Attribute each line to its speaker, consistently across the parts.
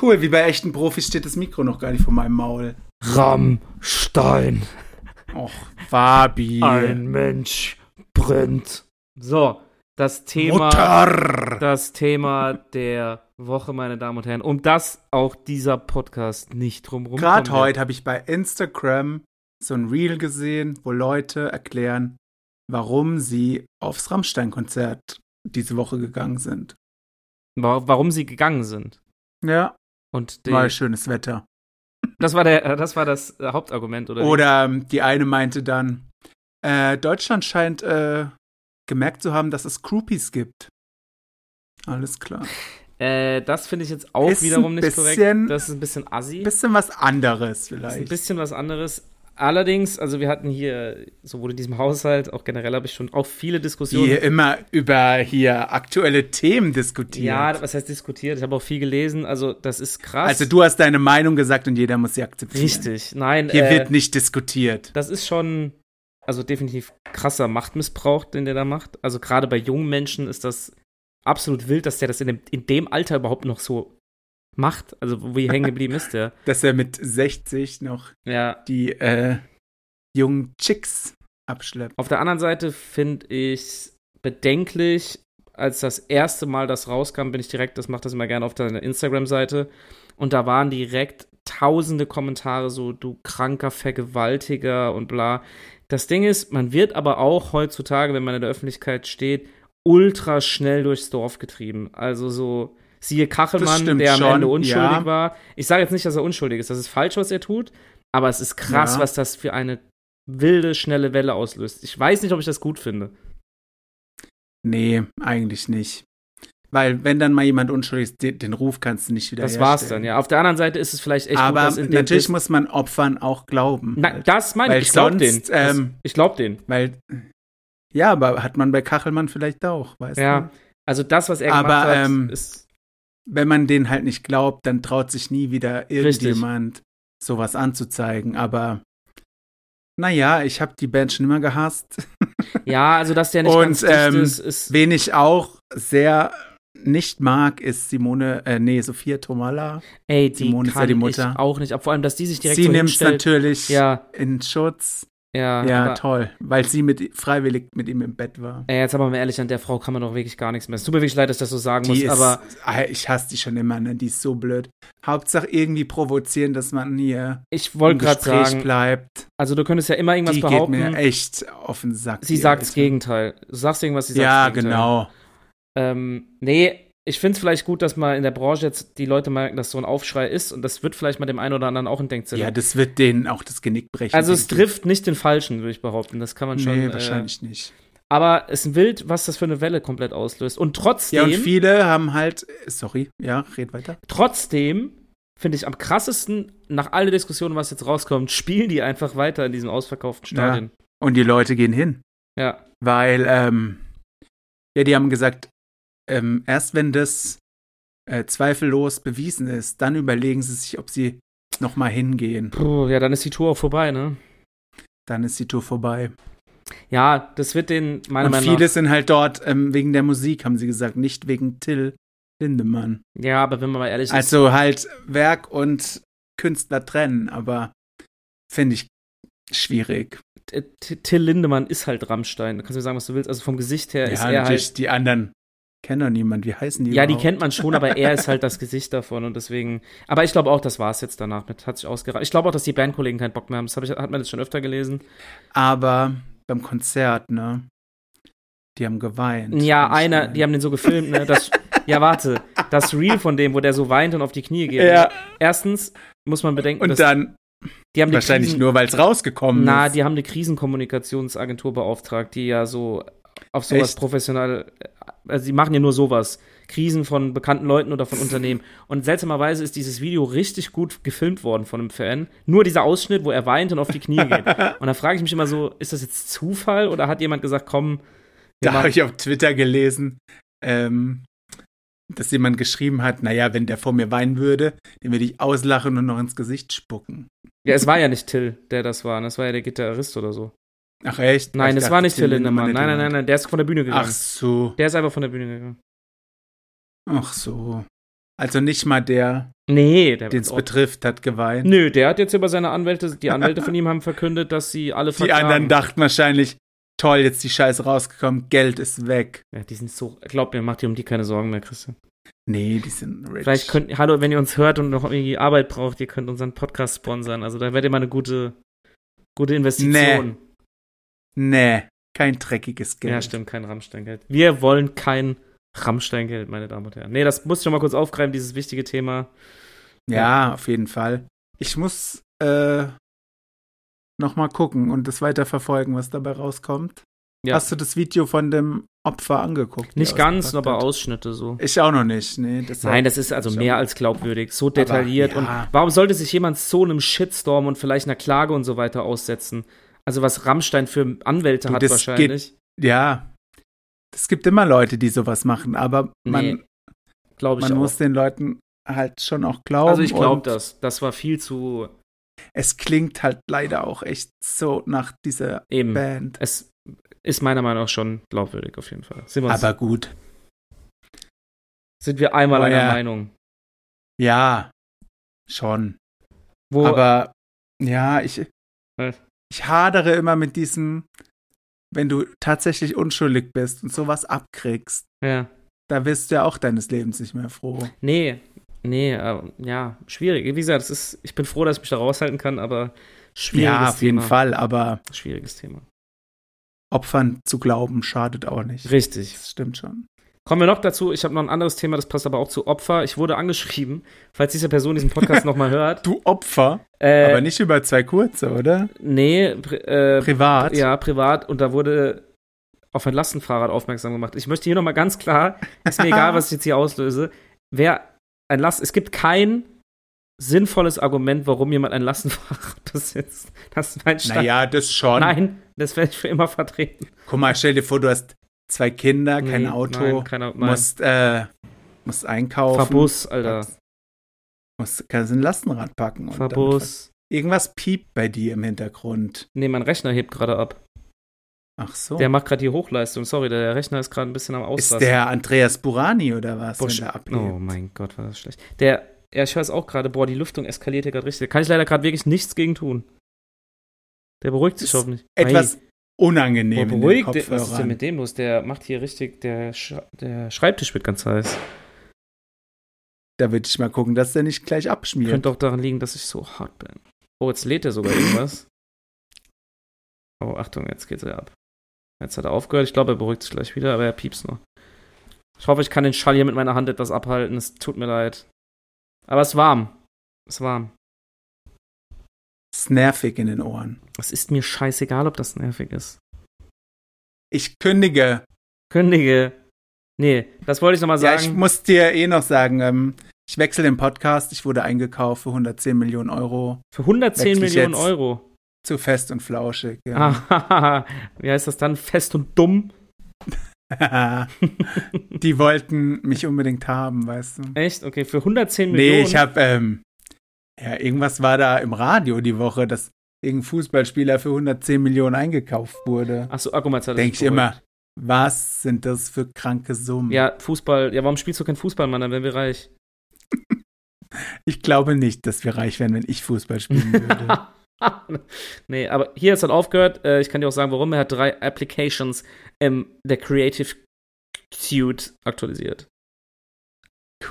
Speaker 1: Cool, wie bei echten Profis steht das Mikro noch gar nicht vor meinem Maul.
Speaker 2: Rammstein.
Speaker 1: Och, Fabi.
Speaker 2: Ein Mensch brennt. So, das Thema.
Speaker 1: Mutter.
Speaker 2: das Thema der Woche, meine Damen und Herren, um das auch dieser Podcast nicht drumherum
Speaker 1: Gerade heute habe ich bei Instagram so ein Reel gesehen, wo Leute erklären, warum sie aufs Rammstein-Konzert diese Woche gegangen sind.
Speaker 2: Wa- Warum sie gegangen sind.
Speaker 1: Ja,
Speaker 2: Und die,
Speaker 1: war schönes Wetter.
Speaker 2: das war der, äh, das war das äh, Hauptargument, oder? wie?
Speaker 1: Oder ähm, die eine meinte dann, äh, Deutschland scheint äh, gemerkt zu haben, dass es Groupies gibt. Alles klar.
Speaker 2: Äh, das finde ich jetzt auch
Speaker 1: Ist ein
Speaker 2: wiederum nicht
Speaker 1: bisschen-
Speaker 2: korrekt. Das ist ein bisschen assi.
Speaker 1: Bisschen was anderes
Speaker 2: Das ist ein
Speaker 1: vielleicht.
Speaker 2: bisschen was anderes. Allerdings, also wir hatten hier sowohl in diesem Haushalt, auch generell habe ich schon auch viele Diskussionen.
Speaker 1: die immer über hier aktuelle Themen diskutieren.
Speaker 2: ja, was heißt diskutiert? Ich habe auch viel gelesen. Also das ist krass.
Speaker 1: also du hast deine Meinung gesagt und jeder muss sie akzeptieren.
Speaker 2: richtig. Nein,
Speaker 1: Hier
Speaker 2: äh,
Speaker 1: wird nicht diskutiert.
Speaker 2: das ist schon, also definitiv krasser Machtmissbrauch, den der da macht. Also gerade bei jungen Menschen ist das absolut wild, dass der das in dem, in dem Alter überhaupt noch so macht. Also wie hängen geblieben ist der?
Speaker 1: Dass er mit 60 noch
Speaker 2: Ja.
Speaker 1: die äh, jungen Chicks abschleppt.
Speaker 2: Auf der anderen Seite finde ich bedenklich, als das erste Mal das rauskam, bin ich direkt, das macht das immer gerne auf deiner Instagram-Seite, und da waren direkt tausende Kommentare so, du kranker Vergewaltiger und bla. Das Ding ist, man wird aber auch heutzutage, wenn man in der Öffentlichkeit steht, ultra schnell durchs Dorf getrieben. Also so, siehe
Speaker 1: Das
Speaker 2: Kachelmann,
Speaker 1: stimmt
Speaker 2: der am
Speaker 1: schon,
Speaker 2: Ende unschuldig
Speaker 1: ja.
Speaker 2: war. Ich sage jetzt nicht, dass er unschuldig ist, das ist falsch, was er tut, aber es ist krass,
Speaker 1: Ja.
Speaker 2: was das für eine wilde, schnelle Welle auslöst. Ich weiß nicht, ob ich das gut finde.
Speaker 1: Nee, eigentlich nicht. Weil wenn dann mal jemand unschuldig ist, den, den Ruf kannst du nicht wieder
Speaker 2: das war's dann, ja. Auf der anderen Seite ist es vielleicht echt gut,
Speaker 1: Aber
Speaker 2: dass in dem
Speaker 1: natürlich
Speaker 2: Dis-
Speaker 1: muss man Opfern auch glauben.
Speaker 2: Na,
Speaker 1: halt.
Speaker 2: das meine
Speaker 1: Weil
Speaker 2: ich. Ich glaub den.
Speaker 1: sonst,
Speaker 2: Das-
Speaker 1: ähm,
Speaker 2: ich glaub den.
Speaker 1: Weil, ja, aber hat man bei Kachelmann vielleicht auch, weißt
Speaker 2: Ja.
Speaker 1: du?
Speaker 2: Also das, was er
Speaker 1: aber,
Speaker 2: gemacht hat,
Speaker 1: ähm,
Speaker 2: ist
Speaker 1: Wenn man denen halt nicht glaubt, dann traut sich nie wieder
Speaker 2: Richtig.
Speaker 1: irgendjemand, sowas anzuzeigen. Aber, naja, ich habe die Band schon immer gehasst.
Speaker 2: ja, also dass der nicht
Speaker 1: Und,
Speaker 2: ganz dicht
Speaker 1: ähm,
Speaker 2: ist, ist
Speaker 1: Wen ich auch sehr nicht mag, ist Simone, äh, nee, Sophia Tomala.
Speaker 2: ey, die
Speaker 1: Simone ist ja
Speaker 2: kann
Speaker 1: die Mutter.
Speaker 2: ich auch nicht ab. Vor allem, dass die sich direkt
Speaker 1: Sie
Speaker 2: so
Speaker 1: nimmt es
Speaker 2: hinstellt.
Speaker 1: natürlich
Speaker 2: Ja,
Speaker 1: in Schutz.
Speaker 2: ja.
Speaker 1: ja,
Speaker 2: aber,
Speaker 1: toll. Weil sie mit, freiwillig mit ihm im Bett war.
Speaker 2: ey, jetzt aber mal ehrlich, an der Frau kann man doch wirklich gar nichts mehr. Es tut mir wirklich leid, dass ich das so sagen
Speaker 1: Die
Speaker 2: muss,
Speaker 1: ist,
Speaker 2: aber
Speaker 1: Ah, ich hasse die schon immer, ne? Die ist so blöd. Hauptsache irgendwie provozieren, dass man hier
Speaker 2: ich
Speaker 1: im
Speaker 2: wollte gerade
Speaker 1: Gespräch
Speaker 2: sagen,
Speaker 1: bleibt.
Speaker 2: also du könntest ja immer irgendwas
Speaker 1: Die geht
Speaker 2: behaupten.
Speaker 1: mir echt auf den Sack.
Speaker 2: sie
Speaker 1: die
Speaker 2: sagt das
Speaker 1: Alte.
Speaker 2: Gegenteil. Du sagst irgendwas, sie sagt
Speaker 1: Ja,
Speaker 2: das Gegenteil.
Speaker 1: genau.
Speaker 2: Ähm, nee, ich finde es vielleicht gut, dass mal in der Branche jetzt die Leute merken, dass so ein Aufschrei ist und das wird vielleicht mal dem einen oder anderen auch ein Denkzettel.
Speaker 1: Ja, das wird denen auch das Genick brechen.
Speaker 2: also es
Speaker 1: denke ich.
Speaker 2: trifft nicht den Falschen, würde ich behaupten. Das kann man schon.
Speaker 1: Nee,
Speaker 2: äh,
Speaker 1: wahrscheinlich nicht.
Speaker 2: Aber es ist wild, was das für eine Welle komplett auslöst. Und trotzdem,
Speaker 1: Ja, und viele haben halt. Sorry, ja, red weiter.
Speaker 2: trotzdem finde ich am krassesten, nach all der Diskussion, was jetzt rauskommt, spielen die einfach weiter in diesem ausverkauften
Speaker 1: Ja.
Speaker 2: Stadion.
Speaker 1: Und die Leute gehen hin.
Speaker 2: Ja.
Speaker 1: Weil, ähm, ja, die haben gesagt, ähm, erst wenn das äh, zweifellos bewiesen ist, dann überlegen sie sich, ob sie nochmal hingehen.
Speaker 2: Puh, ja, dann ist die Tour auch vorbei, ne?
Speaker 1: Dann ist die Tour vorbei.
Speaker 2: Ja, das wird den, meiner
Speaker 1: Und
Speaker 2: Meinung nach.
Speaker 1: viele sind halt dort ähm, wegen der Musik, haben sie gesagt, nicht wegen Till Lindemann.
Speaker 2: Ja, aber wenn man mal ehrlich ist,
Speaker 1: Also halt Werk und Künstler trennen, aber finde ich schwierig.
Speaker 2: T- T- Till Lindemann ist halt Rammstein. Da kannst du mir sagen, was du willst. Also vom Gesicht her ist
Speaker 1: ja,
Speaker 2: er
Speaker 1: natürlich,
Speaker 2: halt.
Speaker 1: die anderen kennen doch niemand. Wie heißen die
Speaker 2: Ja, die
Speaker 1: überhaupt?
Speaker 2: kennt man schon, aber er ist halt das Gesicht davon und deswegen. Aber ich glaube auch, das war es jetzt danach. Das hat sich ausgereicht. Ich glaube auch, dass die Bandkollegen keinen Bock mehr haben. Das hab ich, hat man jetzt schon öfter gelesen.
Speaker 1: Aber beim Konzert, ne? Die haben geweint.
Speaker 2: Ja,
Speaker 1: Kann ich
Speaker 2: einer,
Speaker 1: sagen.
Speaker 2: die haben den so gefilmt, ne? Das, ja, warte. Das Reel von dem, wo der so weint und auf die Knie geht.
Speaker 1: Ja,
Speaker 2: Erstens muss man bedenken,
Speaker 1: und
Speaker 2: dass
Speaker 1: dann
Speaker 2: die haben die
Speaker 1: wahrscheinlich
Speaker 2: Krisen-
Speaker 1: nur, weil es rausgekommen
Speaker 2: Na,
Speaker 1: ist.
Speaker 2: die haben eine Krisenkommunikationsagentur beauftragt, die ja so auf sowas
Speaker 1: Echt?
Speaker 2: professionell, also die machen ja nur sowas. Krisen von bekannten Leuten oder von Unternehmen. Und seltsamerweise ist dieses Video richtig gut gefilmt worden von einem Fan. Nur dieser Ausschnitt, wo er weint und auf die Knie geht. Und da frage ich mich immer so, ist das jetzt Zufall oder hat jemand gesagt, komm, wir
Speaker 1: Da habe
Speaker 2: machen,
Speaker 1: ich auf Twitter gelesen, ähm, dass jemand geschrieben hat, naja, wenn der vor mir weinen würde, den würde ich auslachen und noch ins Gesicht spucken.
Speaker 2: ja, es war ja nicht Till, der das war, das war ja der Gitarrist oder so.
Speaker 1: Ach echt?
Speaker 2: Nein,
Speaker 1: Ich
Speaker 2: es
Speaker 1: dachte,
Speaker 2: war nicht Till Lindemann.
Speaker 1: hätte
Speaker 2: Nein, nein, nein,
Speaker 1: gemeint.
Speaker 2: nein, der ist von der Bühne gegangen.
Speaker 1: Ach so,
Speaker 2: Der ist einfach von der Bühne gegangen.
Speaker 1: ach so. Also nicht mal der,
Speaker 2: Nee, der
Speaker 1: den es betrifft, hat geweint.
Speaker 2: Nö, der hat jetzt über seine Anwälte, die Anwälte von ihm haben verkündet, dass sie alle
Speaker 1: die
Speaker 2: verklagen.
Speaker 1: anderen dachten wahrscheinlich, toll, jetzt die Scheiße rausgekommen, Geld ist weg.
Speaker 2: Ja, die sind so, glaub mir, macht dir um die keine Sorgen mehr, Christian.
Speaker 1: Nee, die sind rich.
Speaker 2: Vielleicht könnt, hallo, wenn ihr uns hört und noch irgendwie Arbeit braucht, ihr könnt unseren Podcast sponsern. Also da werdet ihr mal eine gute, gute Investition.
Speaker 1: nee, kein dreckiges Geld.
Speaker 2: Ja, stimmt, kein Rammsteingeld. Wir wollen kein Rammsteingeld, meine Damen und Herren. Nee, das muss ich noch mal kurz aufgreifen, dieses wichtige Thema.
Speaker 1: Ja, auf jeden Fall. Ich muss äh, noch mal gucken und das weiter verfolgen, was dabei rauskommt.
Speaker 2: Ja.
Speaker 1: Hast du das Video von dem Opfer angeguckt?
Speaker 2: Nicht
Speaker 1: der
Speaker 2: ganz,
Speaker 1: ausgepackt
Speaker 2: aber
Speaker 1: hat?
Speaker 2: Ausschnitte so.
Speaker 1: Ich auch noch nicht. Nee,
Speaker 2: Nein, das ist also mehr als glaubwürdig, so detailliert.
Speaker 1: ja.
Speaker 2: Und warum sollte sich jemand so einem Shitstorm und vielleicht einer Klage und so weiter aussetzen? Also was Rammstein für Anwälte
Speaker 1: Du,
Speaker 2: hat
Speaker 1: das
Speaker 2: wahrscheinlich,
Speaker 1: ja. Es gibt immer Leute, die sowas machen, aber man,
Speaker 2: Nee, glaube ich
Speaker 1: man
Speaker 2: auch.
Speaker 1: muss den Leuten halt schon auch glauben.
Speaker 2: also ich glaube
Speaker 1: und
Speaker 2: das. Das war viel zu
Speaker 1: Es klingt halt leider auch echt so nach dieser
Speaker 2: eben.
Speaker 1: Band.
Speaker 2: Es ist meiner Meinung nach schon glaubwürdig auf jeden Fall. Sind wir, uns,
Speaker 1: Aber gut.
Speaker 2: sind wir einmal
Speaker 1: Aber
Speaker 2: einer
Speaker 1: ja.
Speaker 2: Meinung?
Speaker 1: Ja, schon.
Speaker 2: Wo,
Speaker 1: Aber ja, ich,
Speaker 2: Was?
Speaker 1: ich hadere immer mit diesem, wenn du tatsächlich unschuldig bist und sowas abkriegst,
Speaker 2: ja.
Speaker 1: da wirst du ja auch deines Lebens nicht mehr froh.
Speaker 2: Nee, nee, äh, ja, schwierig. Wie gesagt, es ist, ich bin froh, dass ich mich da raushalten kann, aber schwieriges
Speaker 1: ja, auf jeden
Speaker 2: Thema.
Speaker 1: Fall, aber
Speaker 2: Schwieriges Thema.
Speaker 1: Opfern zu glauben schadet auch nicht.
Speaker 2: Richtig.
Speaker 1: Das stimmt schon.
Speaker 2: Kommen wir noch dazu. Ich habe noch ein anderes Thema, das passt aber auch zu Opfer. Ich wurde angeschrieben, falls diese Person diesen Podcast nochmal hört.
Speaker 1: Du Opfer,
Speaker 2: Äh,
Speaker 1: aber nicht über zwei kurze, oder?
Speaker 2: Nee, pri äh,
Speaker 1: Privat.
Speaker 2: ja, privat. Und da wurde auf ein Lastenfahrrad aufmerksam gemacht. Ich möchte hier nochmal ganz klar, ist mir egal, was ich jetzt hier auslöse, wer ein Last, es gibt kein sinnvolles Argument, warum jemand ein Lastenfahrrad besitzt. Das ist mein Stand.
Speaker 1: Naja, das schon.
Speaker 2: Nein, das werde ich für immer vertreten.
Speaker 1: Guck mal, stell dir vor, du hast zwei Kinder, kein
Speaker 2: Nee,
Speaker 1: Auto,
Speaker 2: Nein, kein Auto. Nein.
Speaker 1: musst, äh, musst einkaufen.
Speaker 2: Verbus, Alter.
Speaker 1: Musst, kannst ein Lastenrad packen. und damit
Speaker 2: Verbus.
Speaker 1: Irgendwas piept bei dir im Hintergrund.
Speaker 2: Nee, mein Rechner hebt gerade ab.
Speaker 1: Ach so.
Speaker 2: Der macht gerade die Hochleistung. Sorry, der Rechner ist gerade ein bisschen am
Speaker 1: ist
Speaker 2: Ausrasten.
Speaker 1: der Andreas Burani oder was?
Speaker 2: Boah,
Speaker 1: wenn der abhebt?
Speaker 2: oh mein Gott, war das schlecht. Der, ja, ich höre es auch gerade. Boah, die Lüftung eskaliert hier gerade richtig. Da kann ich leider gerade wirklich nichts gegen tun. Der beruhigt sich
Speaker 1: Ist
Speaker 2: hoffentlich.
Speaker 1: Etwas
Speaker 2: Boah,
Speaker 1: unangenehm in den
Speaker 2: beruhigt. Der, was ist denn
Speaker 1: Kopfhörern.
Speaker 2: mit dem los? Der macht hier richtig, der, Sch der Schreibtisch wird ganz heiß.
Speaker 1: Da würde ich mal gucken, dass der nicht gleich abschmiert.
Speaker 2: Könnte auch daran liegen, dass ich so hart bin. Oh, jetzt lädt er sogar irgendwas. Oh, Achtung, jetzt geht's er ab. Jetzt hat er aufgehört. Ich glaube, er beruhigt sich gleich wieder, aber er piepst noch. Ich hoffe, ich kann den Schall hier mit meiner Hand etwas abhalten. Es tut mir leid. Aber es ist warm. Es ist warm.
Speaker 1: ist nervig in den Ohren.
Speaker 2: Es ist mir scheißegal, ob das nervig ist.
Speaker 1: Ich kündige.
Speaker 2: Kündige. Nee, das wollte ich nochmal
Speaker 1: Ja,
Speaker 2: sagen.
Speaker 1: ich muss dir eh noch sagen, ähm, ich wechsle den Podcast. Ich wurde eingekauft für 110 Millionen Euro
Speaker 2: Für 110
Speaker 1: Wechsel ich
Speaker 2: Millionen
Speaker 1: jetzt.
Speaker 2: Euro.
Speaker 1: zu fest und flauschig. Ja.
Speaker 2: Ah, wie heißt das dann? Fest und dumm? Ah.
Speaker 1: Die wollten mich unbedingt haben, weißt du.
Speaker 2: Echt? Okay, für 110
Speaker 1: Nee,
Speaker 2: Millionen.
Speaker 1: ich habe, ähm, ja, irgendwas war da im Radio die Woche, dass irgendein Fußballspieler für 110 Millionen eingekauft wurde.
Speaker 2: Achso, ah, guck mal, jetzt hat er
Speaker 1: Denke
Speaker 2: sich
Speaker 1: ich
Speaker 2: beruhigt.
Speaker 1: immer, was sind das für kranke Summen?
Speaker 2: Ja, Fußball. Ja, warum spielst du kein Fußball, Mann? Dann wären wir reich.
Speaker 1: Ich glaube nicht, dass wir reich wären, wenn ich Fußball spielen würde.
Speaker 2: nee, aber hier ist halt aufgehört. Äh, ich kann dir auch sagen, warum. Er hat drei Applications ähm, der Creative Suite aktualisiert.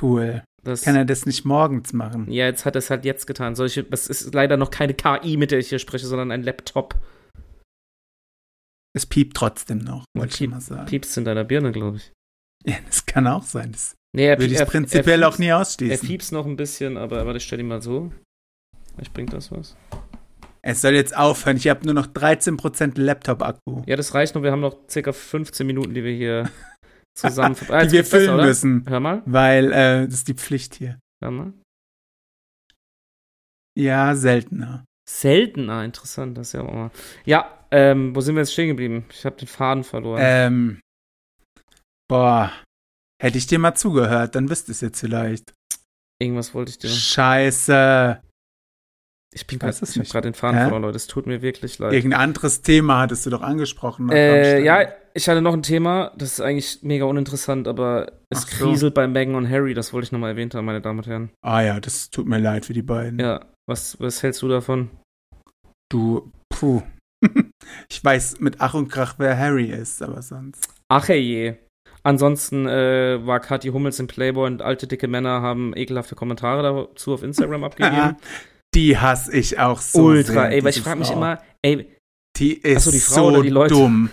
Speaker 1: Cool.
Speaker 2: Das,
Speaker 1: Kann er das nicht morgens machen?
Speaker 2: ja, jetzt hat er es halt jetzt getan. Solche, das ist leider noch keine KI, mit der ich hier spreche, sondern ein Laptop.
Speaker 1: Es piept trotzdem noch, wollte ich
Speaker 2: Piep-
Speaker 1: mal sagen.
Speaker 2: Piepst in deiner Birne, glaube ich.
Speaker 1: Ja, das kann auch sein. Das
Speaker 2: Nee, er,
Speaker 1: würde ich
Speaker 2: er-
Speaker 1: prinzipiell
Speaker 2: er
Speaker 1: auch nie
Speaker 2: Er
Speaker 1: ausschließen.
Speaker 2: fiebst noch ein bisschen, aber warte, ich stell ihn mal so. Vielleicht bringt das was.
Speaker 1: Es soll jetzt aufhören. Ich habe nur noch 13% Laptop-Akku,
Speaker 2: Ja, das reicht noch. Wir haben noch circa 15 Minuten, die wir hier zusammen ver-
Speaker 1: die
Speaker 2: Ah, jetzt
Speaker 1: wir
Speaker 2: geht's besser,
Speaker 1: füllen
Speaker 2: oder?
Speaker 1: müssen,
Speaker 2: Hör mal,
Speaker 1: weil äh, das ist die Pflicht hier.
Speaker 2: hör mal.
Speaker 1: Ja, seltener.
Speaker 2: Seltener, interessant, das ist ja auch mal. Ja, ähm, wo sind wir jetzt stehen geblieben? Ich habe den Faden verloren.
Speaker 1: Ähm, boah, hätte ich dir mal zugehört, dann wüsste es jetzt vielleicht.
Speaker 2: Irgendwas wollte ich dir.
Speaker 1: Scheiße.
Speaker 2: Ich bin
Speaker 1: ich
Speaker 2: grad,
Speaker 1: weiß es
Speaker 2: ich habe
Speaker 1: nicht.
Speaker 2: gerade den Faden
Speaker 1: Hä?
Speaker 2: verloren, Leute. Es tut mir wirklich leid.
Speaker 1: Irgendein anderes Thema hattest du doch angesprochen. nach
Speaker 2: Äh,
Speaker 1: Rammstein.
Speaker 2: ja, ich hatte noch ein Thema, das ist eigentlich mega uninteressant, aber es
Speaker 1: Ach so.
Speaker 2: kriselt bei Meghan und Harry, das wollte ich nochmal erwähnt haben, meine Damen und Herren.
Speaker 1: Ah ja, das tut mir leid für die beiden.
Speaker 2: Ja, was, was hältst du davon?
Speaker 1: Du, puh. ich weiß mit Ach und Krach, wer Harry ist, aber sonst.
Speaker 2: Ach je. Ansonsten äh, war Kathi Hummels im Playboy und alte dicke Männer haben ekelhafte Kommentare dazu auf Instagram abgegeben.
Speaker 1: die hasse ich auch so
Speaker 2: Ultra,
Speaker 1: sehr,
Speaker 2: ey, weil ich
Speaker 1: diese
Speaker 2: frage mich
Speaker 1: Frau.
Speaker 2: immer, ey,
Speaker 1: Die ist
Speaker 2: Ach so, die Frau
Speaker 1: so
Speaker 2: oder die Leute?
Speaker 1: dumm.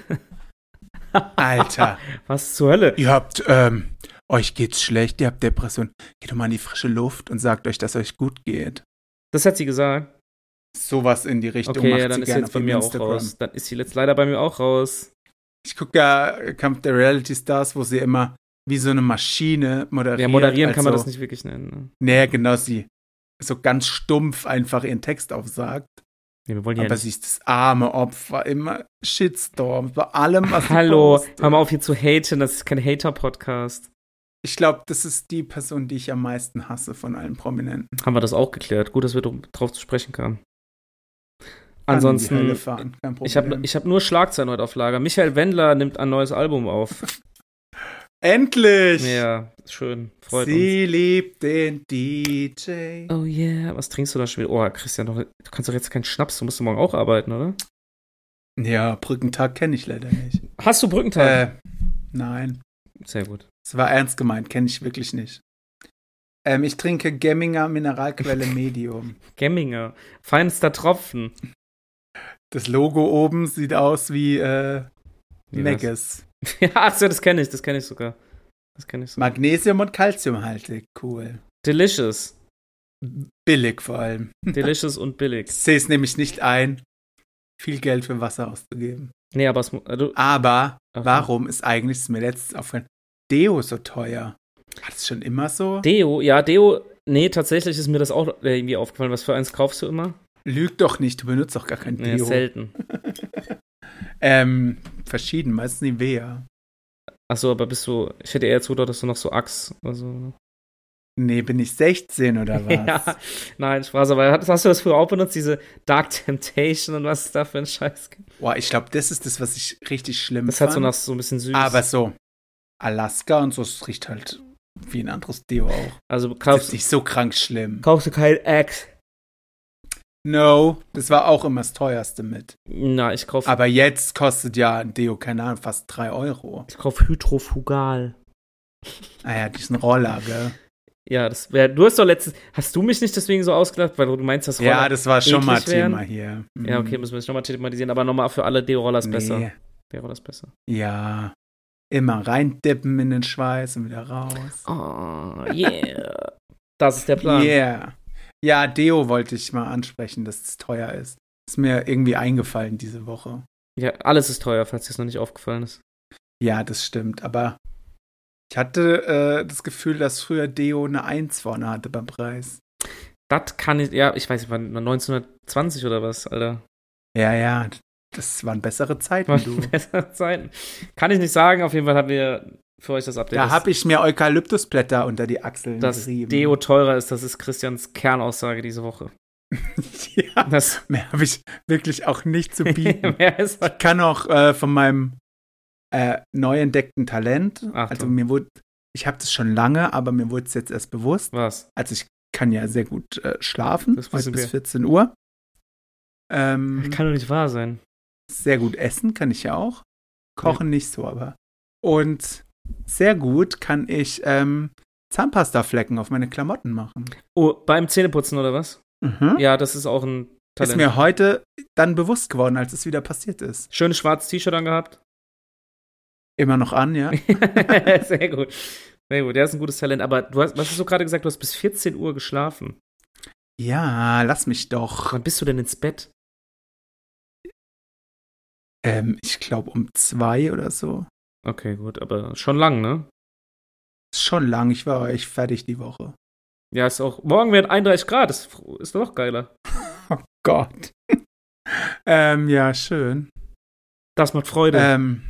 Speaker 1: Alter,
Speaker 2: was zur Hölle?
Speaker 1: ihr habt, ähm, euch geht's schlecht, ihr habt Depression. Geht doch mal in die frische Luft und sagt euch, dass euch gut geht.
Speaker 2: Das hat sie gesagt.
Speaker 1: Sowas in die Richtung
Speaker 2: Okay,
Speaker 1: macht
Speaker 2: ja, dann
Speaker 1: sie
Speaker 2: ist sie
Speaker 1: gerne
Speaker 2: jetzt
Speaker 1: auf
Speaker 2: bei mir
Speaker 1: ihrem
Speaker 2: auch
Speaker 1: Instagram.
Speaker 2: raus. Dann ist sie jetzt leider bei mir auch raus.
Speaker 1: Ich gucke ja Kampf der Reality Stars, wo sie immer wie so eine Maschine moderiert.
Speaker 2: Ja, moderieren kann man
Speaker 1: also-
Speaker 2: das nicht wirklich nennen. Ne?
Speaker 1: Nee, genau, sie so ganz stumpf einfach ihren Text aufsagt.
Speaker 2: Nee, wir wollen ja
Speaker 1: Aber
Speaker 2: nicht.
Speaker 1: sie ist das arme Opfer, immer Shitstorm, bei allem, was sie
Speaker 2: Hallo,
Speaker 1: postet.
Speaker 2: hör mal auf hier zu haten, das ist kein Hater-Podcast.
Speaker 1: Ich glaube, das ist die Person, die ich am meisten hasse von allen Prominenten.
Speaker 2: Haben wir das auch geklärt. Gut, dass wir drum- drauf zu sprechen kamen.
Speaker 1: Kann in die
Speaker 2: Ansonsten,
Speaker 1: Hölle fahren, kein Problem.
Speaker 2: ich habe ich hab nur Schlagzeilen heute auf Lager. Michael Wendler nimmt ein neues Album auf.
Speaker 1: Endlich!
Speaker 2: Ja, ist schön. Freut
Speaker 1: sie liebt den DJ.
Speaker 2: uns. Oh yeah, was trinkst du da schon wieder? Oh, Christian, doch- du kannst doch jetzt keinen Schnaps, du musst doch morgen auch arbeiten, oder?
Speaker 1: Ja, Brückentag kenne ich leider nicht.
Speaker 2: Hast du Brückentag?
Speaker 1: äh, nein,
Speaker 2: Sehr gut.
Speaker 1: es war ernst gemeint, kenne ich wirklich nicht. Ähm, ich trinke Gemminger Mineralquelle Medium.
Speaker 2: Gemminger, feinster Tropfen.
Speaker 1: Das Logo oben sieht aus wie äh,
Speaker 2: Wie
Speaker 1: Megas.
Speaker 2: Ja, achso, das kenne ich, das kenne ich sogar. Das kenne ich sogar.
Speaker 1: Magnesium und Calciumhaltig. Cool.
Speaker 2: Delicious.
Speaker 1: Billig vor allem.
Speaker 2: Delicious und billig.
Speaker 1: Ich sehe es nämlich nicht ein, viel Geld für Wasser auszugeben.
Speaker 2: Nee, aber es mu- äh, du,
Speaker 1: Aber
Speaker 2: ach,
Speaker 1: warum ist eigentlich, ist mir letztens aufgefallen, Deo so teuer? War das schon immer so?
Speaker 2: Deo, ja, Deo, nee, tatsächlich ist mir das auch äh, irgendwie aufgefallen. Was für eins kaufst du immer?
Speaker 1: Lüg doch nicht, du benutzt doch gar kein
Speaker 2: Nee,
Speaker 1: Deo.
Speaker 2: selten.
Speaker 1: ähm, verschieden, meistens Nivea.
Speaker 2: Achso, aber bist du, ich hätte eher zugedacht, dass du noch so Axt oder so. ne?
Speaker 1: Nee, bin ich 16 oder was?
Speaker 2: Ja, nein, Spaß, aber hast, hast du das früher auch benutzt, diese Dark Temptation und was es da für ein Scheiß gibt?
Speaker 1: Boah, ich glaube, das ist das, was ich richtig schlimm
Speaker 2: Das hat so
Speaker 1: fand.
Speaker 2: nach so ein bisschen süß.
Speaker 1: Aber so, Alaska und so, es riecht halt wie ein anderes Deo auch.
Speaker 2: also
Speaker 1: Das ist
Speaker 2: kaufst,
Speaker 1: nicht so krank schlimm.
Speaker 2: kaufst du kein Axe?
Speaker 1: No, das war auch immer das teuerste mit.
Speaker 2: Na, ich kauf,
Speaker 1: Aber jetzt kostet ja ein Deo, keine Ahnung, fast 3 Euro.
Speaker 2: ich kauf Hydrofugal.
Speaker 1: Ah ja, diesen Roller, gell?
Speaker 2: Ja, das wär, du hast doch letztens, hast du mich nicht deswegen so ausgelacht, weil du meinst, dass
Speaker 1: Ja,
Speaker 2: Roller-
Speaker 1: das war schon mal
Speaker 2: eklig werden?
Speaker 1: Thema hier. Mhm.
Speaker 2: ja, okay, müssen wir das nochmal thematisieren, aber nochmal für alle Deo-Roller ist besser.
Speaker 1: Nee.
Speaker 2: Deo-Roller ist besser.
Speaker 1: Ja, immer reindippen in den Schweiß und wieder raus.
Speaker 2: Oh, yeah. das ist der Plan.
Speaker 1: Yeah. Ja, Deo wollte ich mal ansprechen, dass es teuer ist. Ist mir irgendwie eingefallen diese Woche.
Speaker 2: Ja, alles ist teuer, falls dir es noch nicht aufgefallen ist.
Speaker 1: Ja, das stimmt, aber ich hatte äh, das Gefühl, dass früher Deo eine 1 vorne hatte beim Preis.
Speaker 2: Das kann ich, ja, ich weiß nicht, wann, 1920 oder was, Alter.
Speaker 1: Ja, ja, das waren bessere Zeiten, du.
Speaker 2: Waren bessere Zeiten. Kann ich nicht sagen, auf jeden Fall haben wir für euch das Update.
Speaker 1: Da hab ich mir Eukalyptusblätter unter die Achseln
Speaker 2: dass
Speaker 1: gerieben.
Speaker 2: Deo teurer ist, das ist Christians Kernaussage diese Woche.
Speaker 1: ja,
Speaker 2: Das
Speaker 1: mehr habe ich wirklich auch nicht zu bieten.
Speaker 2: mehr ist
Speaker 1: ich kann auch äh, von meinem äh, neu entdeckten Talent,
Speaker 2: Achtung.
Speaker 1: also mir wurde, ich habe das schon lange, aber mir wurde es jetzt erst bewusst.
Speaker 2: was.
Speaker 1: Also ich kann ja sehr gut äh, schlafen,
Speaker 2: Das
Speaker 1: heute
Speaker 2: wissen
Speaker 1: bis
Speaker 2: wir.
Speaker 1: 14 Uhr.
Speaker 2: Das
Speaker 1: Ähm,
Speaker 2: kann doch nicht wahr sein.
Speaker 1: sehr gut essen, kann ich ja auch. Kochen nicht so, aber. Und sehr gut kann ich ähm, Zahnpastaflecken auf meine Klamotten machen.
Speaker 2: Oh, beim Zähneputzen oder was?
Speaker 1: Mhm.
Speaker 2: Ja, das ist auch ein Talent.
Speaker 1: Ist mir heute dann bewusst geworden, als es wieder passiert ist.
Speaker 2: Schönes schwarzes T-Shirt angehabt.
Speaker 1: Immer noch an, ja?
Speaker 2: Sehr gut. Sehr gut, der ist ein gutes Talent. Aber du hast, was hast du gerade gesagt? Du hast bis 14 Uhr geschlafen.
Speaker 1: Ja, lass mich doch.
Speaker 2: Wann bist du denn ins Bett?
Speaker 1: Ähm, ich glaube um zwei oder so.
Speaker 2: Okay, gut, aber schon lang, ne?
Speaker 1: Ist schon lang, ich war echt fertig die Woche.
Speaker 2: Ja, ist auch. Morgen werden 31 Grad, ist, ist doch noch geiler.
Speaker 1: Gott. ähm, ja, schön.
Speaker 2: Das macht Freude.
Speaker 1: Ähm,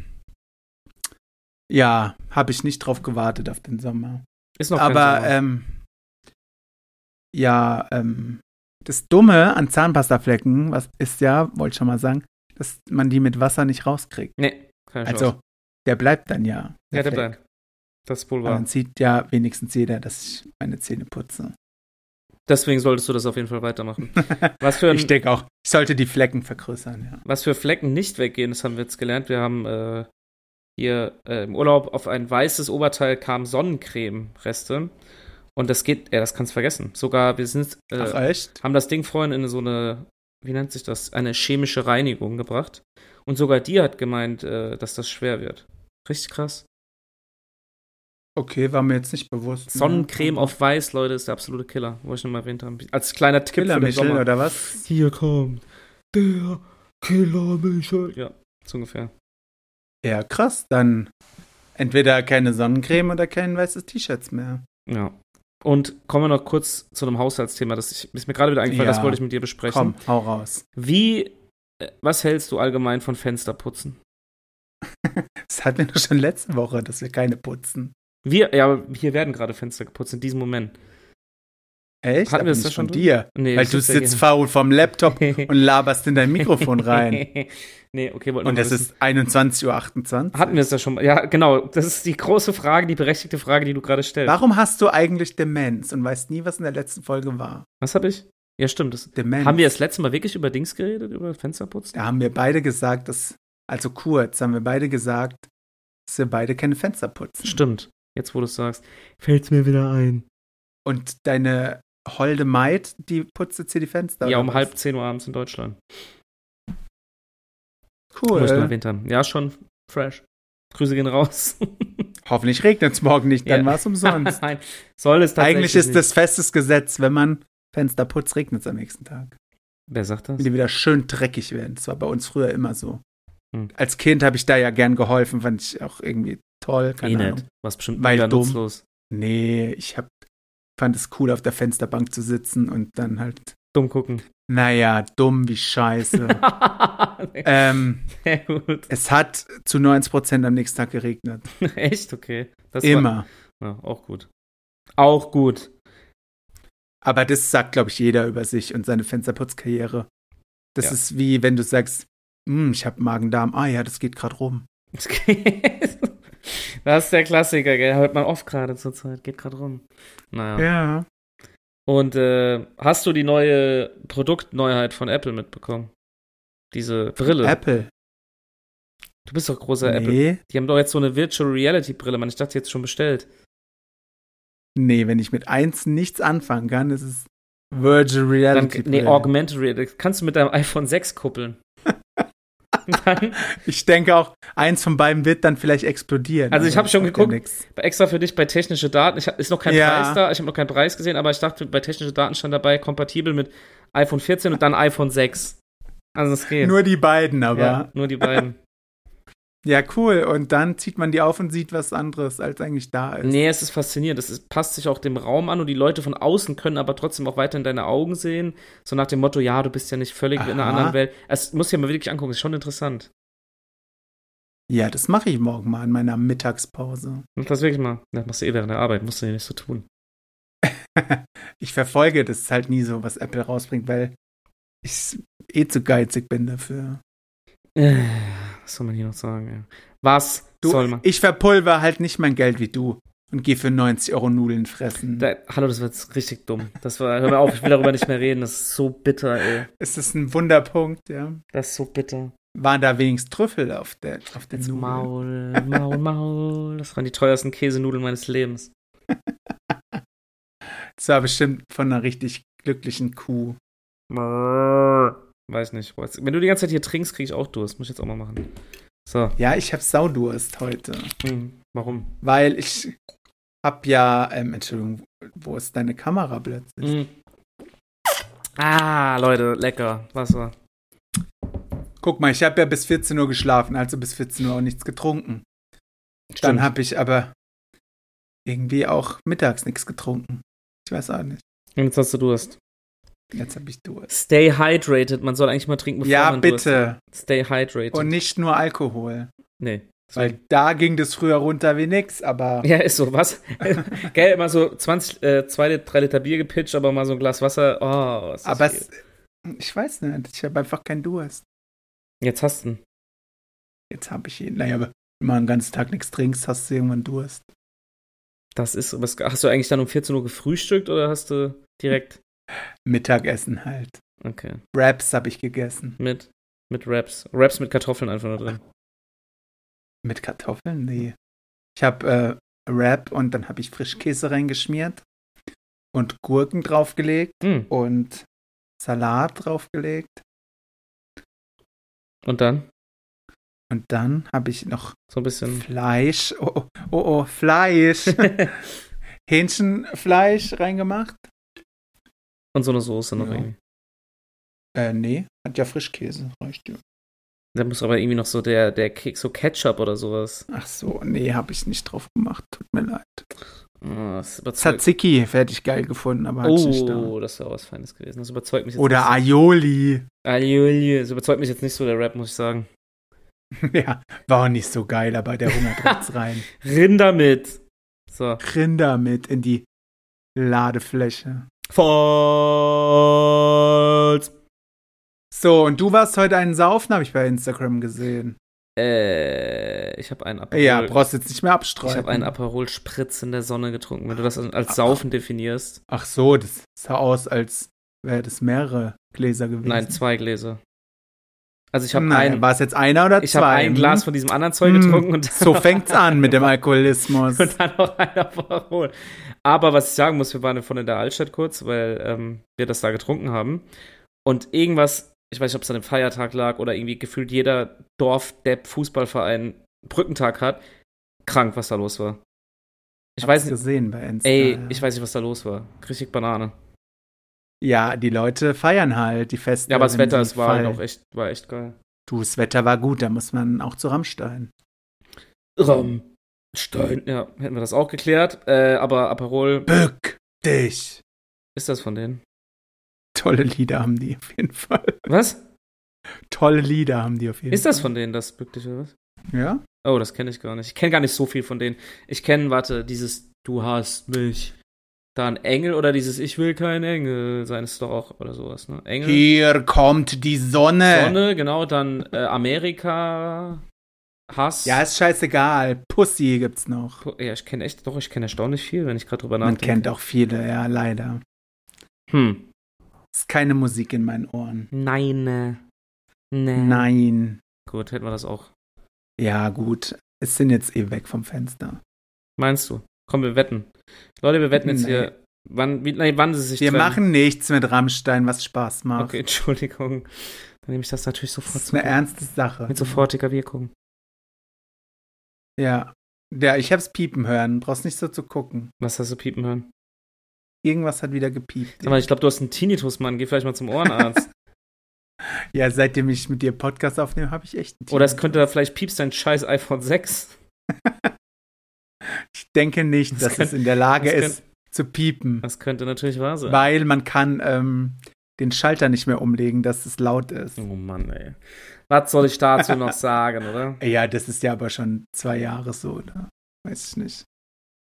Speaker 1: ja, habe ich nicht drauf gewartet auf den Sommer.
Speaker 2: ist noch
Speaker 1: Aber
Speaker 2: kein Sommer.
Speaker 1: ähm, ja, ähm, das Dumme an Zahnpastaflecken was ist ja, wollte ich schon mal sagen, dass man die mit Wasser nicht rauskriegt.
Speaker 2: Nee, keine Chance.
Speaker 1: Also der bleibt dann ja.
Speaker 2: Ja, der
Speaker 1: Fleck.
Speaker 2: bleibt. Das ist wohl
Speaker 1: Aber
Speaker 2: wahr.
Speaker 1: dann sieht ja wenigstens jeder, dass ich meine Zähne putze.
Speaker 2: Deswegen solltest du das auf jeden Fall weitermachen. Was für,
Speaker 1: Ich
Speaker 2: ein,
Speaker 1: denke auch, ich sollte die Flecken vergrößern, ja.
Speaker 2: was für Flecken nicht weggehen, das haben wir jetzt gelernt. Wir haben äh, hier äh, im Urlaub auf ein weißes Oberteil kam Sonnencreme-Reste. Und das geht, ja, das kannst vergessen. Sogar wir sind, äh,
Speaker 1: Ach, echt?
Speaker 2: haben das Ding vorhin in so eine, wie nennt sich das, eine chemische Reinigung gebracht. Und sogar die hat gemeint, äh, dass das schwer wird. Richtig krass.
Speaker 1: Okay, war mir jetzt nicht bewusst. ne?
Speaker 2: Sonnencreme auf weiß, Leute, ist der absolute Killer. Wollte ich nochmal erwähnt haben. Als kleiner Tipp für den
Speaker 1: Killermichel
Speaker 2: Sommer.
Speaker 1: oder was?
Speaker 2: Hier kommt der Killer Michel. Ja, so ungefähr.
Speaker 1: Ja, krass. Dann entweder keine Sonnencreme oder kein weißes T-Shirts mehr.
Speaker 2: Ja. Und kommen wir noch kurz zu einem Haushaltsthema, das ich, ist mir gerade wieder eingefallen,
Speaker 1: Ja.
Speaker 2: das wollte ich mit dir besprechen.
Speaker 1: Komm, hau raus.
Speaker 2: Wie, äh, was hältst du allgemein von Fensterputzen?
Speaker 1: Das hatten wir doch schon letzte Woche, dass wir keine putzen.
Speaker 2: Wir, ja, aber hier werden gerade Fenster geputzt in diesem Moment.
Speaker 1: Echt?
Speaker 2: Hatten
Speaker 1: Aber
Speaker 2: wir das
Speaker 1: nicht
Speaker 2: da schon
Speaker 1: von
Speaker 2: drin?
Speaker 1: dir.
Speaker 2: Nee,
Speaker 1: Weil
Speaker 2: das
Speaker 1: du
Speaker 2: ist ja
Speaker 1: sitzt
Speaker 2: hier-
Speaker 1: faul vom Laptop und laberst in dein Mikrofon rein.
Speaker 2: nee, okay, wollten wir
Speaker 1: Und
Speaker 2: mal
Speaker 1: es
Speaker 2: wissen.
Speaker 1: ist 21.28 Uhr.
Speaker 2: Hatten wir es da schon mal? Ja, genau. Das ist die große Frage, die berechtigte Frage, die du gerade stellst.
Speaker 1: Warum hast du eigentlich Demenz und weißt nie, was in der letzten Folge war?
Speaker 2: Was habe ich? Ja, stimmt. Das,
Speaker 1: Demenz.
Speaker 2: haben wir das letzte Mal wirklich über Dings geredet, über Fensterputzen?
Speaker 1: da haben wir beide gesagt, dass, also kurz, haben wir beide gesagt, dass wir beide keine Fenster putzen.
Speaker 2: Stimmt. Jetzt, wo du es sagst, fällt's mir wieder ein.
Speaker 1: Und deine holde Maid, die putzt jetzt hier die Fenster.
Speaker 2: ja,
Speaker 1: oder
Speaker 2: um
Speaker 1: was?
Speaker 2: halb zehn Uhr abends in Deutschland. Muss ich mal
Speaker 1: Cool. äh.
Speaker 2: erwähnt haben. Ja, schon fresh. Grüße gehen raus.
Speaker 1: Hoffentlich regnet es morgen nicht, dann
Speaker 2: Ja.
Speaker 1: war es umsonst.
Speaker 2: Nein, soll es tatsächlich
Speaker 1: Eigentlich ist
Speaker 2: nicht.
Speaker 1: das festes Gesetz, wenn man Fenster putzt, regnet es am nächsten Tag.
Speaker 2: Wer sagt das?
Speaker 1: Wenn die wieder schön dreckig werden. Das war bei uns früher immer so.
Speaker 2: Hm.
Speaker 1: Als Kind habe ich da ja gern geholfen, fand ich auch irgendwie toll. Keine
Speaker 2: eh
Speaker 1: Ahnung.
Speaker 2: nicht. Was bestimmt
Speaker 1: Weil
Speaker 2: mega
Speaker 1: dumm.
Speaker 2: nutzlos.
Speaker 1: Nee, ich hab, fand es cool, auf der Fensterbank zu sitzen und dann halt,
Speaker 2: Dumm gucken.
Speaker 1: naja, dumm wie scheiße. ähm,
Speaker 2: Sehr gut.
Speaker 1: es hat zu 90% am nächsten Tag geregnet.
Speaker 2: Echt? Okay. Das war-
Speaker 1: Immer.
Speaker 2: Ja, auch gut. Auch gut.
Speaker 1: Aber das sagt, glaube ich, jeder über sich und seine Fensterputzkarriere. Das
Speaker 2: Ja.
Speaker 1: ist wie, wenn du sagst, "Hm, ich habe Magen-Darm. Ah ja, das geht gerade rum.
Speaker 2: Das ist der Klassiker, gell? Hört man oft gerade zur Zeit. Geht gerade rum. Naja.
Speaker 1: Ja.
Speaker 2: Und äh, hast du die neue Produktneuheit von Apple mitbekommen? Diese Brille.
Speaker 1: Apple.
Speaker 2: Du bist doch großer Apple.
Speaker 1: nee.
Speaker 2: Die haben doch jetzt so eine Virtual Reality Brille, man. Ich dachte, die hättest du schon bestellt.
Speaker 1: nee, wenn ich mit eins nichts anfangen kann, ist es Virtual
Speaker 2: Dann,
Speaker 1: Reality.
Speaker 2: nee,
Speaker 1: Brille.
Speaker 2: Augmented Reality. Kannst du mit deinem iPhone 6 kuppeln? Dann,
Speaker 1: ich denke auch, eins von beiden wird dann vielleicht explodieren.
Speaker 2: Also ich
Speaker 1: Aber
Speaker 2: hab schon
Speaker 1: das sagt
Speaker 2: geguckt.
Speaker 1: Ja nix.
Speaker 2: extra für dich bei technische Daten. Ich, hab- ist noch kein
Speaker 1: Ja.
Speaker 2: Preis da. Ich habe noch keinen Preis gesehen, aber ich dachte, bei technische Daten stand dabei kompatibel mit iPhone 14 und dann iPhone 6. Also es geht.
Speaker 1: Nur die beiden, aber.
Speaker 2: ja,
Speaker 1: Ja.
Speaker 2: nur die beiden.
Speaker 1: cool. Und dann zieht man die auf und sieht was anderes, als eigentlich da ist.
Speaker 2: Nee, es ist faszinierend. Es ist, passt sich auch dem Raum an und die Leute von außen können aber trotzdem auch weiter in deine Augen sehen. So nach dem Motto, ja, du bist ja nicht völlig in einer
Speaker 1: Aha.
Speaker 2: anderen Welt. Es muss ich mal wirklich angucken, ist schon interessant.
Speaker 1: Ja, das mache ich morgen mal in meiner Mittagspause.
Speaker 2: Mach das wirklich mal. Das machst du eh während der Arbeit, musst du dir nicht so tun.
Speaker 1: ich verfolge das halt nie so, was Apple rausbringt, weil ich eh zu geizig bin dafür.
Speaker 2: Äh, Was soll man hier noch sagen? Ja. Was
Speaker 1: Du-
Speaker 2: soll man?
Speaker 1: Ich verpulver halt nicht mein Geld wie du und gehe für 90 Euro Nudeln fressen.
Speaker 2: Da, hallo, das war jetzt richtig dumm. Das war, hör mal auf, ich will darüber nicht mehr reden. Das ist so bitter, ey.
Speaker 1: es ist ein Wunderpunkt, ja.
Speaker 2: Das ist so bitter.
Speaker 1: Waren da wenigstens Trüffel auf der auf den
Speaker 2: Jetzt
Speaker 1: Nudeln?
Speaker 2: Maul, Maul, Maul. Das waren die teuersten Käsenudeln meines Lebens.
Speaker 1: Das war bestimmt von einer richtig glücklichen Kuh.
Speaker 2: Weiß nicht. Boah, jetzt- Wenn du die ganze Zeit hier trinkst, krieg ich auch Durst. Muss ich jetzt auch mal machen. So.
Speaker 1: Ja, ich habe Saudurst heute,
Speaker 2: Hm. Warum?
Speaker 1: weil ich hab ja, ähm, Entschuldigung, wo ist deine Kamera plötzlich?
Speaker 2: Hm. Ah, Leute, lecker. Wasser.
Speaker 1: Guck mal, ich habe ja bis 14 Uhr geschlafen, also bis 14 Uhr auch nichts getrunken. Dann habe ich aber irgendwie auch mittags nichts getrunken. Ich weiß auch nicht.
Speaker 2: Und jetzt hast du Durst.
Speaker 1: Jetzt habe ich Durst.
Speaker 2: Stay hydrated. Man soll eigentlich mal trinken, bevor
Speaker 1: ja,
Speaker 2: man Durst
Speaker 1: bitte.
Speaker 2: hat. Stay hydrated.
Speaker 1: Und nicht nur Alkohol.
Speaker 2: nee.
Speaker 1: Weil da ging das früher runter wie nix, aber
Speaker 2: Ja, ist so, was? Gell, immer so 20, äh, 2, 3 Liter Bier gepitcht, aber mal so ein Glas Wasser. Oh, was ist
Speaker 1: aber
Speaker 2: das
Speaker 1: es, ich weiß nicht. Ich habe einfach keinen Durst.
Speaker 2: Jetzt hast du ihn.
Speaker 1: Jetzt habe ich ihn. Naja, aber Wenn man den ganzen Tag nichts trinkst, hast du irgendwann Durst.
Speaker 2: Das ist, was, hast du eigentlich dann um 14 Uhr gefrühstückt oder hast du direkt
Speaker 1: Mittagessen halt.
Speaker 2: okay,
Speaker 1: Wraps habe ich gegessen.
Speaker 2: mit, mit Wraps? Wraps mit Kartoffeln einfach nur drin.
Speaker 1: Mit Kartoffeln? Nee. Ich habe äh, Wrap und dann habe ich Frischkäse reingeschmiert und Gurken draufgelegt
Speaker 2: Hm.
Speaker 1: und Salat draufgelegt.
Speaker 2: Und dann
Speaker 1: Und dann habe ich noch
Speaker 2: so ein bisschen.
Speaker 1: Fleisch, oh, oh, oh, oh Fleisch, Hähnchenfleisch reingemacht.
Speaker 2: Und so eine Soße noch
Speaker 1: Ja.
Speaker 2: irgendwie.
Speaker 1: Äh, nee, hat ja Frischkäse, reicht ja.
Speaker 2: Da muss aber irgendwie noch so der, der Kick, so Ketchup oder sowas.
Speaker 1: Ach so, nee, habe ich nicht drauf gemacht, tut mir leid.
Speaker 2: Oh, das überzeugt.
Speaker 1: Tzatziki hätte ich geil gefunden, aber hat's nicht da.
Speaker 2: Oh, das wäre was Feines gewesen. Das überzeugt mich jetzt
Speaker 1: Oder
Speaker 2: nicht.
Speaker 1: Aioli.
Speaker 2: so- Aioli. Das überzeugt mich jetzt nicht so, der Rap, muss ich sagen.
Speaker 1: Ja, war auch nicht so geil, aber der Hunger drückt's rein.
Speaker 2: Rinder mit. So.
Speaker 1: Rinder mit in die Ladefläche.
Speaker 2: Falls.
Speaker 1: So, und du warst heute einen Saufen, habe ich bei Instagram gesehen.
Speaker 2: Äh, ich habe einen Aperol.
Speaker 1: Ja, brauchst jetzt nicht mehr abstreiten.
Speaker 2: ich habe einen Aperol Spritz in der Sonne getrunken. Wenn du das
Speaker 1: Ah.
Speaker 2: als Saufen definierst.
Speaker 1: Ach so, das sah aus, als wäre das mehrere Gläser gewesen.
Speaker 2: Nein, zwei Gläser. Also ich habe
Speaker 1: Mhm. Nein,
Speaker 2: ein,
Speaker 1: war es jetzt einer oder
Speaker 2: ich
Speaker 1: zwei?
Speaker 2: hab ein
Speaker 1: Hm?
Speaker 2: Glas von diesem anderen Zeug
Speaker 1: Hm,
Speaker 2: getrunken und
Speaker 1: So fängt's an mit dem Alkoholismus.
Speaker 2: Und dann noch ein Aperol. Aber was ich sagen muss, wir waren von in der Altstadt kurz, weil ähm, wir das da getrunken haben. Und irgendwas, ich weiß nicht, ob es an einem Feiertag lag oder irgendwie gefühlt jeder Dorf-Depp-Fußballverein Brückentag hat. Krank, was da los war. Ich
Speaker 1: Hab's
Speaker 2: weiß nicht,
Speaker 1: gesehen bei Insta.
Speaker 2: ey,
Speaker 1: ja.
Speaker 2: ich weiß nicht, was da los war. Richtig Banane.
Speaker 1: ja, die Leute feiern halt die Feste.
Speaker 2: Ja, aber das
Speaker 1: wenn
Speaker 2: Wetter,
Speaker 1: die
Speaker 2: es war halt
Speaker 1: fallen.
Speaker 2: auch echt, war echt geil.
Speaker 1: Du, das Wetter war gut, da muss man auch zu Rammstein.
Speaker 2: Rammstein. Ja, hätten wir das auch geklärt. Äh, aber Aperol,
Speaker 1: Bück dich!
Speaker 2: ist das von denen?
Speaker 1: Tolle Lieder haben die auf jeden Fall.
Speaker 2: Was?
Speaker 1: Tolle Lieder haben die auf jeden
Speaker 2: Ist
Speaker 1: Fall.
Speaker 2: das von denen, das Bückliche, oder was?
Speaker 1: Ja?
Speaker 2: Oh, das kenne ich gar nicht. Ich kenne gar nicht so viel von denen. Ich kenne, warte, dieses Du hast mich. Dann Engel oder dieses Ich will kein Engel sein ist doch auch oder sowas, ne? Engel.
Speaker 1: Hier kommt die Sonne.
Speaker 2: Sonne, genau, dann äh, Amerika. Hass.
Speaker 1: Ja, ist scheißegal. Pussy gibt's noch.
Speaker 2: Po- ja ich kenne echt, doch, ich kenne erstaunlich viel, wenn ich gerade drüber
Speaker 1: Man
Speaker 2: nachdenke.
Speaker 1: kennt auch viele, ja, leider.
Speaker 2: Hm.
Speaker 1: Ist keine Musik in meinen Ohren.
Speaker 2: Nein. Ne. Ne.
Speaker 1: Nein.
Speaker 2: Gut, hätten wir das auch.
Speaker 1: Ja, gut. Es sind jetzt eh weg vom Fenster.
Speaker 2: Meinst du? Komm, wir wetten. Leute, wir wetten jetzt
Speaker 1: Nee.
Speaker 2: hier. Wann, wie, nein, wann sie sich
Speaker 1: Wir
Speaker 2: trennen.
Speaker 1: machen nichts mit Rammstein, was Spaß macht.
Speaker 2: Okay, Entschuldigung. Dann nehme ich das natürlich sofort
Speaker 1: Das ist eine ernste Sache.
Speaker 2: Mit sofortiger Wirkung.
Speaker 1: Ja. Ja, ich hab's piepen hören. Brauchst nicht so zu gucken.
Speaker 2: Was hast du piepen hören?
Speaker 1: Irgendwas hat wieder gepiept.
Speaker 2: Sag mal, ich glaube, du hast einen Tinnitus, Mann. Geh vielleicht mal zum Ohrenarzt.
Speaker 1: Ja, seitdem ich mit dir Podcast aufnehme, habe ich echt einen
Speaker 2: Oder es könnte da vielleicht piepst dein scheiß iPhone 6.
Speaker 1: Ich denke nicht,
Speaker 2: Das
Speaker 1: dass
Speaker 2: kann-
Speaker 1: es in der Lage
Speaker 2: das
Speaker 1: ist, zu piepen.
Speaker 2: Das könnte natürlich wahr sein.
Speaker 1: Weil man kann ähm, den Schalter nicht mehr umlegen, dass es laut ist.
Speaker 2: Oh Mann, ey. Was soll ich dazu noch sagen, oder?
Speaker 1: Ja, das ist ja aber schon zwei Jahre so, oder? Weiß ich nicht.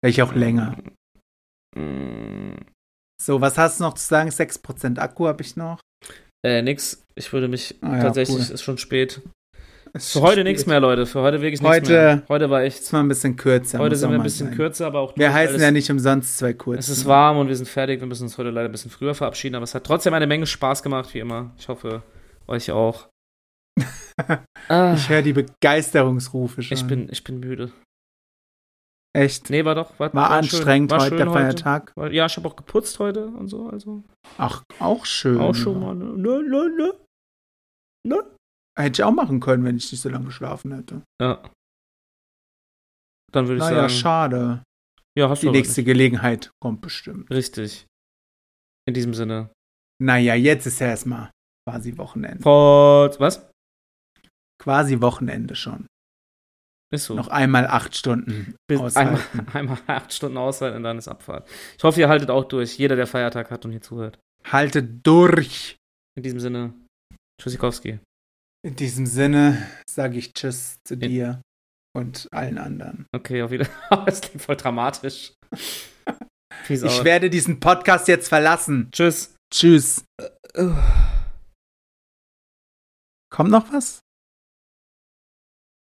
Speaker 1: Vielleicht auch länger.
Speaker 2: Mm,
Speaker 1: So, was hast du noch zu sagen? 6% Akku habe ich noch.
Speaker 2: Äh, nix. Ich würde mich
Speaker 1: Ah ja,
Speaker 2: tatsächlich,
Speaker 1: cool.
Speaker 2: ist schon spät.
Speaker 1: Ist
Speaker 2: Für heute
Speaker 1: spät.
Speaker 2: nichts mehr, Leute. Für heute wirklich nichts
Speaker 1: Heute-
Speaker 2: mehr. Heute war echt.
Speaker 1: Ist mal ein bisschen kürzer.
Speaker 2: Heute
Speaker 1: muss
Speaker 2: sind
Speaker 1: auch
Speaker 2: wir ein
Speaker 1: mal
Speaker 2: bisschen
Speaker 1: sein.
Speaker 2: kürzer, aber auch
Speaker 1: Wir
Speaker 2: durch,
Speaker 1: heißen
Speaker 2: weil
Speaker 1: ja
Speaker 2: es-
Speaker 1: nicht umsonst zwei kurz.
Speaker 2: Es ist warm und wir sind fertig. Wir müssen uns heute leider ein bisschen früher verabschieden, aber es hat trotzdem eine Menge Spaß gemacht, wie immer. Ich hoffe, euch auch. Ah,
Speaker 1: Ich höre die Begeisterungsrufe schon.
Speaker 2: ich, bin, ich bin müde.
Speaker 1: Echt.
Speaker 2: Nee, war doch. War,
Speaker 1: War, anstrengend
Speaker 2: schön, war
Speaker 1: heute
Speaker 2: schön
Speaker 1: der Feiertag.
Speaker 2: War, ja, ich habe auch geputzt heute und so. Also
Speaker 1: Ach, auch schön.
Speaker 2: auch schon mal. Ne, ne, ne, ne.
Speaker 1: Hätte ich auch machen können, wenn ich nicht so lange geschlafen hätte.
Speaker 2: Ja. Dann würde ich
Speaker 1: Naja,
Speaker 2: sagen.
Speaker 1: schade.
Speaker 2: Ja, hast
Speaker 1: Die
Speaker 2: du
Speaker 1: nächste
Speaker 2: recht.
Speaker 1: Gelegenheit kommt bestimmt.
Speaker 2: Richtig. In diesem Sinne.
Speaker 1: Naja, jetzt ist ja erstmal quasi Wochenende.
Speaker 2: Fort. Was?
Speaker 1: Quasi Wochenende schon.
Speaker 2: Ist so. Mhm.
Speaker 1: Noch einmal acht Stunden
Speaker 2: Bis einmal,
Speaker 1: aushalten.
Speaker 2: einmal acht Stunden aushalten und dann ist Abfahrt. Ich hoffe, ihr haltet auch durch. Jeder, der Feiertag hat und hier zuhört.
Speaker 1: Halte durch.
Speaker 2: In diesem Sinne, Tschüssikowski.
Speaker 1: In diesem Sinne sage ich Tschüss zu
Speaker 2: Ja.
Speaker 1: dir und allen anderen.
Speaker 2: Okay, auf wieder. das klingt voll dramatisch. Peace
Speaker 1: Ich
Speaker 2: out.
Speaker 1: werde diesen Podcast jetzt verlassen.
Speaker 2: Tschüss.
Speaker 1: Tschüss. Kommt noch was?